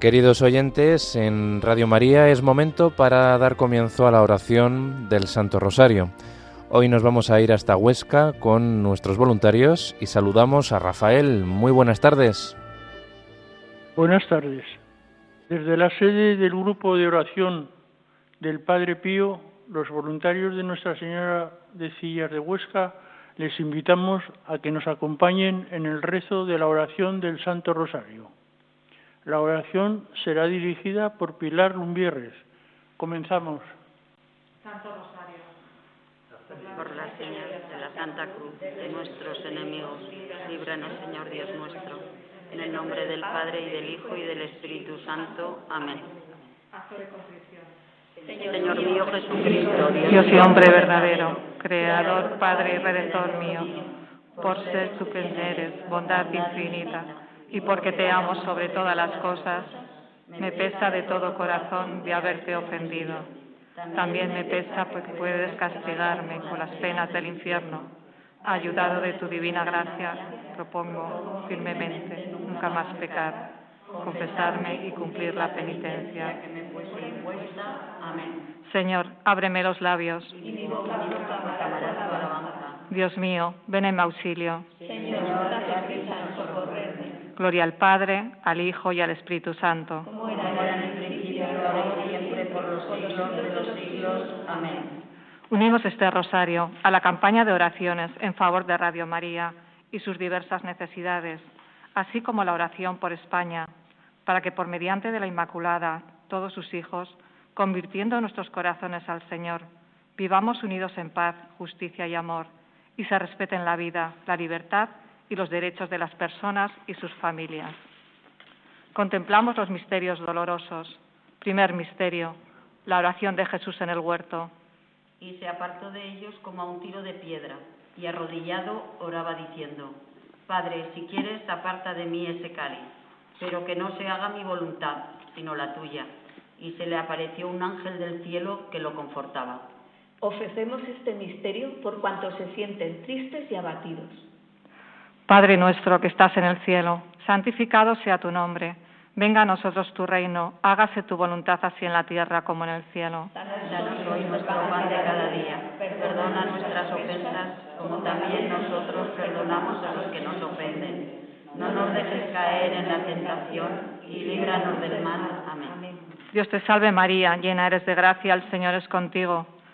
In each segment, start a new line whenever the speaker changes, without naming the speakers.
Queridos oyentes, en Radio María es momento para dar comienzo a la oración del Santo Rosario. Hoy nos vamos a ir hasta Huesca con nuestros voluntarios y saludamos a Rafael. Muy buenas tardes.
Buenas tardes. Desde la sede del grupo de oración del Padre Pío, los voluntarios de Nuestra Señora de Sillas de Huesca les invitamos a que nos acompañen en el rezo de la oración del Santo Rosario. La oración será dirigida por Pilar Lumbierres. Comenzamos.
Santo Rosario. Por la señal de la Santa Cruz de nuestros enemigos, líbranos, Señor Dios nuestro. En el nombre del Padre y del Hijo y del Espíritu Santo. Amén. Señor mío Jesucristo,
Dios y hombre verdadero, Creador, Padre y Redentor mío, por ser tú quien eres, bondad infinita, y porque te amo sobre todas las cosas, me pesa de todo corazón de haberte ofendido. También me pesa porque puedes castigarme con las penas del infierno. Ayudado de tu divina gracia, propongo firmemente nunca más pecar, confesarme y cumplir la penitencia. Señor, ábreme los labios. Dios mío, ven en mi auxilio. Gloria al Padre, al Hijo y al Espíritu Santo. Unimos este rosario a la campaña de oraciones en favor de Radio María y sus diversas necesidades, así como la oración por España, para que por mediante de la Inmaculada todos sus hijos, convirtiendo nuestros corazones al Señor, vivamos unidos en paz, justicia y amor, y se respeten la vida, la libertad y los derechos de las personas y sus familias. Contemplamos los misterios dolorosos. Primer misterio, la oración de Jesús en el huerto.
Y se apartó de ellos como a un tiro de piedra, y arrodillado oraba diciendo, Padre, si quieres, aparta de mí ese cáliz, pero que no se haga mi voluntad, sino la tuya. Y se le apareció un ángel del cielo que lo confortaba.
Ofrecemos este misterio por cuanto se sienten tristes y abatidos.
Padre nuestro que estás en el cielo, santificado sea tu nombre. Venga a nosotros tu reino, hágase tu voluntad así en la tierra como en el cielo.
Danos hoy nuestro pan de cada día. Perdona nuestras ofensas, como también nosotros perdonamos a los que nos ofenden. No nos dejes caer en la tentación y líbranos del mal. Amén.
Dios te salve María, llena eres de gracia, el Señor es contigo.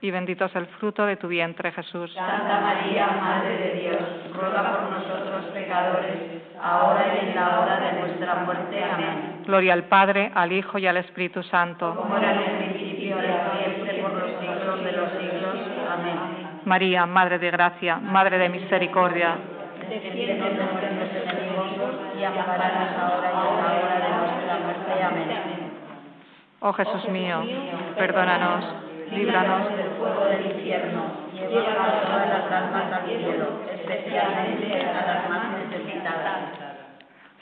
y bendito es el fruto de tu vientre, Jesús.
Santa María, Madre de Dios, ruega por nosotros pecadores, ahora y en la hora de nuestra muerte. Amén.
Gloria al Padre, al Hijo y al Espíritu Santo.
Como era en el principio, ahora y siempre, por los siglos de los siglos. Amén.
María, Madre de gracia, Madre de misericordia.
Defiéndonos de nuestros enemigos y amparanos ahora y en la hora de nuestra muerte. Amén.
Oh Jesús mío, perdónanos, líbranos
del fuego del infierno, lleva a todas las almas al cielo, especialmente a las más necesitadas.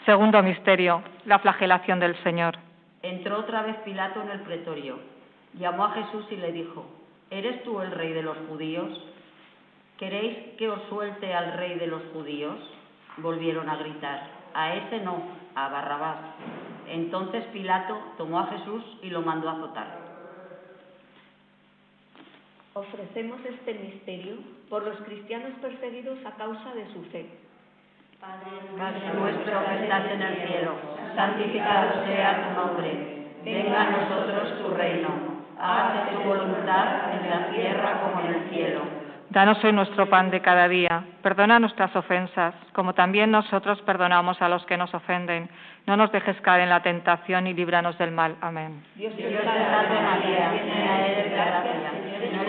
Segundo misterio, la flagelación del Señor.
Entró otra vez Pilato en el pretorio, llamó a Jesús y le dijo, ¿eres tú el rey de los judíos? ¿Queréis que os suelte al rey de los judíos? Volvieron a gritar, a ese no, a Barrabás. Entonces Pilato tomó a Jesús y lo mandó a azotar.
Ofrecemos este misterio por los cristianos perseguidos a causa de su fe.
Padre nuestro que estás en el cielo, santificado sea tu nombre. Venga a nosotros tu reino. Hágase tu voluntad en la tierra como en el cielo.
Danos hoy nuestro pan de cada día. Perdona nuestras ofensas, como también nosotros perdonamos a los que nos ofenden. No nos dejes caer en la tentación y líbranos del mal. Amén.
Dios te salve María, llena eres de gracia. El Señor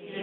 y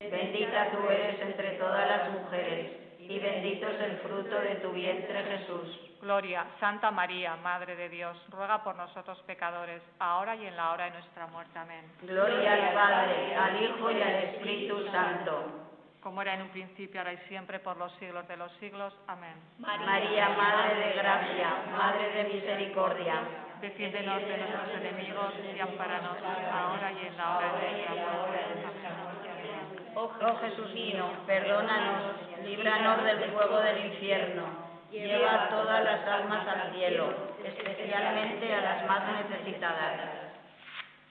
Bendita tú eres entre todas las mujeres, y bendito es el fruto de tu vientre, Jesús.
Gloria, Santa María, Madre de Dios, ruega por nosotros pecadores, ahora y en la hora de nuestra muerte. Amén.
Gloria al Padre, al Hijo y al Espíritu Santo.
Como era en un principio, ahora y siempre, por los siglos de los siglos. Amén.
María, Madre de Gracia, Madre de Misericordia.
Defiéndenos de nuestros enemigos y amparanos, ahora y en la hora de nuestra muerte. Amén.
Oh Jesús mío, perdónanos, líbranos del fuego del infierno, lleva a todas las almas al cielo, especialmente a las más necesitadas.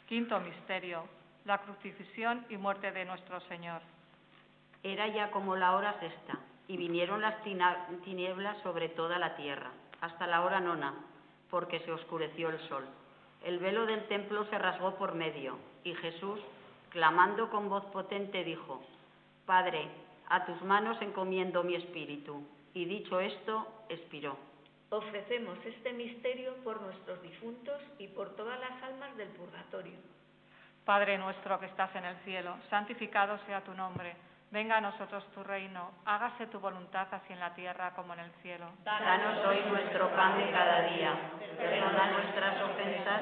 Quinto misterio, la crucifixión y muerte de nuestro Señor.
Era ya como la hora sexta, y vinieron las tina- tinieblas sobre toda la tierra, hasta la hora nona, porque se oscureció el sol. El velo del templo se rasgó por medio, y Jesús, clamando con voz potente, dijo, Padre, a tus manos encomiendo mi espíritu. Y dicho esto, expiró.
Ofrecemos este misterio por nuestros difuntos y por todas las almas del purgatorio.
Padre nuestro que estás en el cielo, santificado sea tu nombre. Venga a nosotros tu reino, hágase tu voluntad así en la tierra como en el cielo.
Danos hoy nuestro pan de cada día. Perdona nuestras ofensas,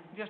Dios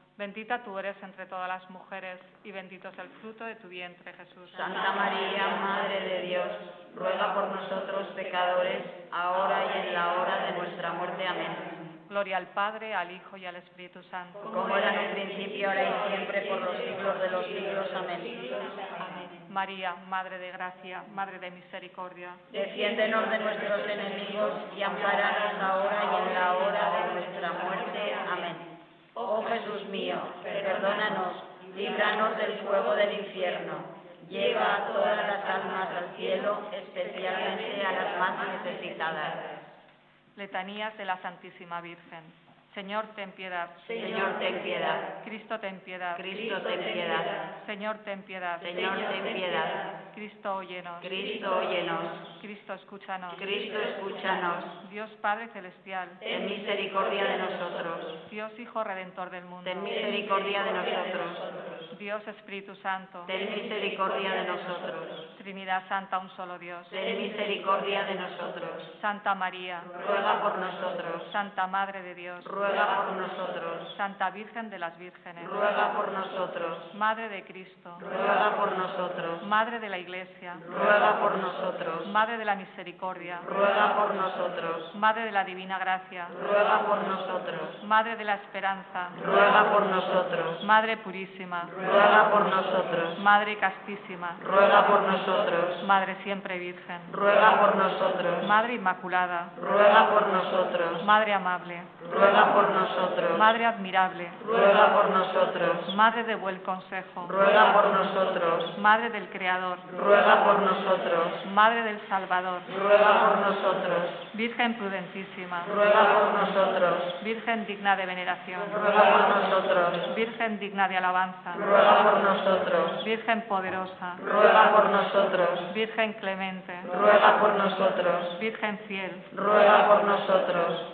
Bendita tú eres entre todas las mujeres y bendito es el fruto de tu vientre, Jesús.
Santa María, Madre de Dios, ruega por nosotros pecadores, ahora y en la hora de nuestra muerte. Amén.
Gloria al Padre, al Hijo y al Espíritu Santo.
Como era en un principio, ahora y siempre, por los siglos de los siglos. Amén.
María, Madre de gracia, Madre de misericordia.
Defiéndenos de nuestros enemigos y amparanos ahora y en la hora de nuestra muerte. Amén. Oh Jesús mío, perdónanos, líbranos del fuego del infierno. Lleva a todas las almas al cielo, especialmente a las más necesitadas.
Letanías de la Santísima Virgen. Señor, ten piedad.
Señor, ten piedad.
Cristo, ten piedad.
Cristo, ten piedad.
Señor, ten piedad.
Señor, ten piedad.
Cristo, óyenos.
Cristo, óyenos.
Cristo, escúchanos.
Cristo, escúchanos.
Dios Padre Celestial,
ten misericordia de nosotros.
Dios Hijo Redentor del mundo,
ten misericordia de nosotros.
Dios Espíritu Santo,
ten misericordia de nosotros.
Trinidad Santa, un solo Dios,
ten misericordia de nosotros.
Santa María,
ruega por nosotros.
Santa Madre de Dios,
ruega por nosotros.
Santa Virgen de las Vírgenes,
ruega por nosotros.
Madre de Cristo,
ruega por nosotros.
Madre de la Iglesia,
ruega por nosotros.
Madre de la Misericordia,
ruega por nosotros.
Madre de la Divina Gracia,
ruega por nosotros.
Madre de la Esperanza,
ruega por nosotros.
Madre Purísima,
ruega por nosotros.
Madre Castísima,
ruega por nosotros.
Madre Siempre Virgen,
ruega por nosotros.
Madre Inmaculada,
ruega por nosotros.
Madre Amable,
ruega por nosotros.
Madre Admirable,
ruega por nosotros.
Madre de Buen Consejo,
ruega por nosotros.
Madre del Creador,
ruega por nosotros.
Madre del Salvador,
ruega por nosotros.
Virgen prudentísima,
ruega por nosotros.
Virgen digna de veneración,
ruega por nosotros.
Virgen digna de alabanza,
ruega por nosotros.
Virgen poderosa,
ruega por nosotros.
Virgen clemente,
ruega por nosotros.
Virgen fiel,
ruega por nosotros.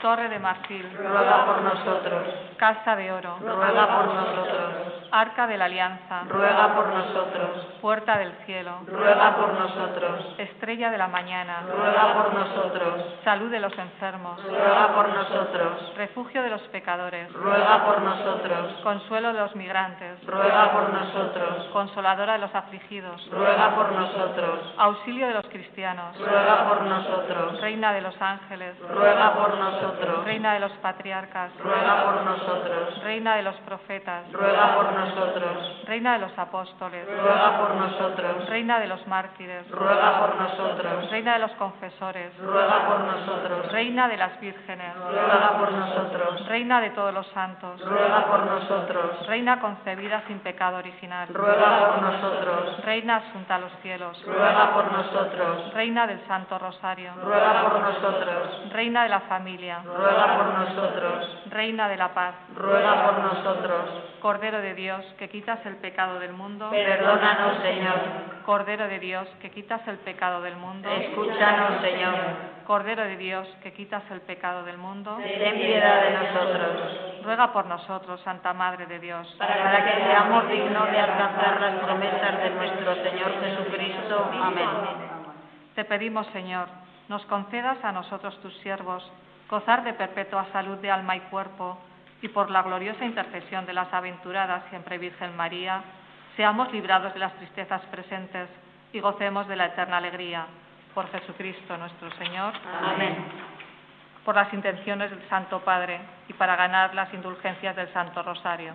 Torre de marfil,
Ruega por nosotros.
Casa de oro,
Ruega por nosotros.
Arca de la alianza,
Ruega por nosotros.
Puerta del cielo,
Ruega por nosotros.
Estrella de la mañana,
Ruega por nosotros.
Salud de los enfermos,
Ruega por nosotros.
Refugio de los pecadores,
Ruega por nosotros.
Consuelo de los migrantes,
Ruega por nosotros.
Consoladora de los afligidos,
Ruega por nosotros.
Auxilio de los cristianos,
Ruega por nosotros.
Reina de los ángeles,
Ruega por nosotros.
Reina de los patriarcas,
Ruega por nosotros.
Reina de los profetas,
Ruega por nosotros.
Reina de los apóstoles,
Ruega por nosotros.
Reina de los mártires,
Ruega por nosotros.
Reina de los confesores,
Ruega por nosotros.
Reina de las vírgenes,
Ruega por nosotros.
Reina de todos los santos,
Ruega por nosotros.
Reina concebida sin pecado original,
Ruega por nosotros.
Reina asunta a los cielos,
Ruega por nosotros.
Reina del Santo Rosario,
Ruega por nosotros.
Reina de la familia,
Ruega por nosotros.
Reina de la paz,
Ruega por nosotros.
Cordero de Dios que quitas el pecado del mundo,
Perdónanos, Señor.
Cordero de Dios, que quitas el pecado del mundo.
Escúchanos, Señor.
Cordero de Dios, que quitas el pecado del mundo.
Ten piedad de nosotros,
Ruega por nosotros, Santa Madre de Dios.
para que seamos dignos de alcanzar las promesas de nuestro Señor Jesucristo. Amén.
Te pedimos, Señor, nos concedas a nosotros tus siervos gozar de perpetua salud de alma y cuerpo, y por la gloriosa intercesión de las aventuradas siempre Virgen María, seamos librados de las tristezas presentes y gocemos de la eterna alegría. Por Jesucristo nuestro Señor.
Amén.
Por las intenciones del Santo Padre y para ganar las indulgencias del Santo Rosario.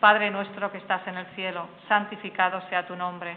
Padre nuestro que estás en el cielo, santificado sea tu nombre.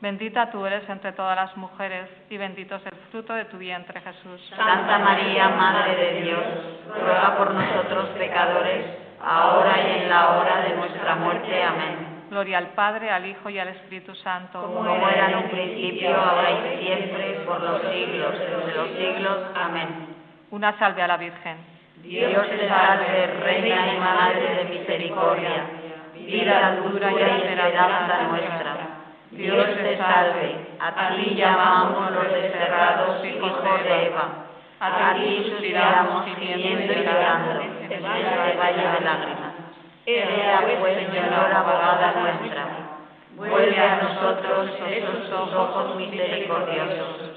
Bendita tú eres entre todas las mujeres y bendito es el fruto de tu vientre Jesús.
Santa María, Madre de Dios, ruega por nosotros pecadores, ahora y en la hora de nuestra muerte. Amén.
Gloria al Padre, al Hijo y al Espíritu Santo.
Como era en un principio, ahora y siempre, por los siglos de los siglos. Amén.
Una salve a la Virgen.
Dios te salve, Reina y Madre de Misericordia, vida, dulzura y esperanza nuestra. Dios te salve, a ti llamamos los desterrados hijos de Eva, a ti suspiramos gimiendo y llorando en este valle de lágrimas. Sea pues, Señor, abogada nuestra, vuelve a nosotros esos ojos misericordiosos,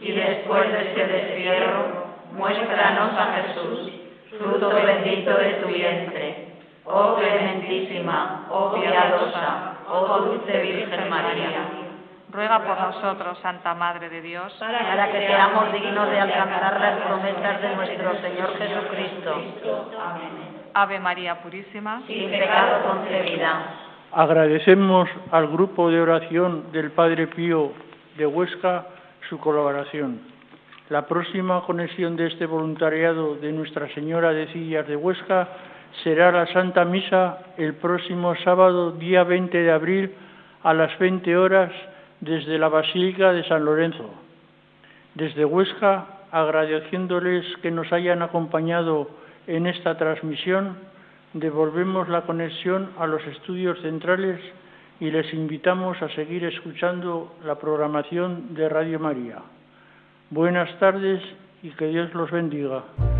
y después de este destierro, muéstranos a Jesús, fruto bendito de tu vientre. Oh clementísima, oh piadosa, oh dulce Virgen María,
Ruega por nosotros, Santa Madre de Dios.
para que seamos dignos de alcanzar las promesas de nuestro Señor Jesucristo. Amén.
Ave María Purísima.
Sin pecado concebida.
Agradecemos al grupo de oración del Padre Pío de Huesca su colaboración. La próxima conexión de este voluntariado de Nuestra Señora de Cillas de Huesca será la Santa Misa el próximo sábado, día 20 de abril, a las 20 horas, desde la Basílica de San Lorenzo. Desde Huesca, agradeciéndoles que nos hayan acompañado en esta transmisión, devolvemos la conexión a los estudios centrales y les invitamos a seguir escuchando la programación de Radio María. Buenas tardes y que Dios los bendiga.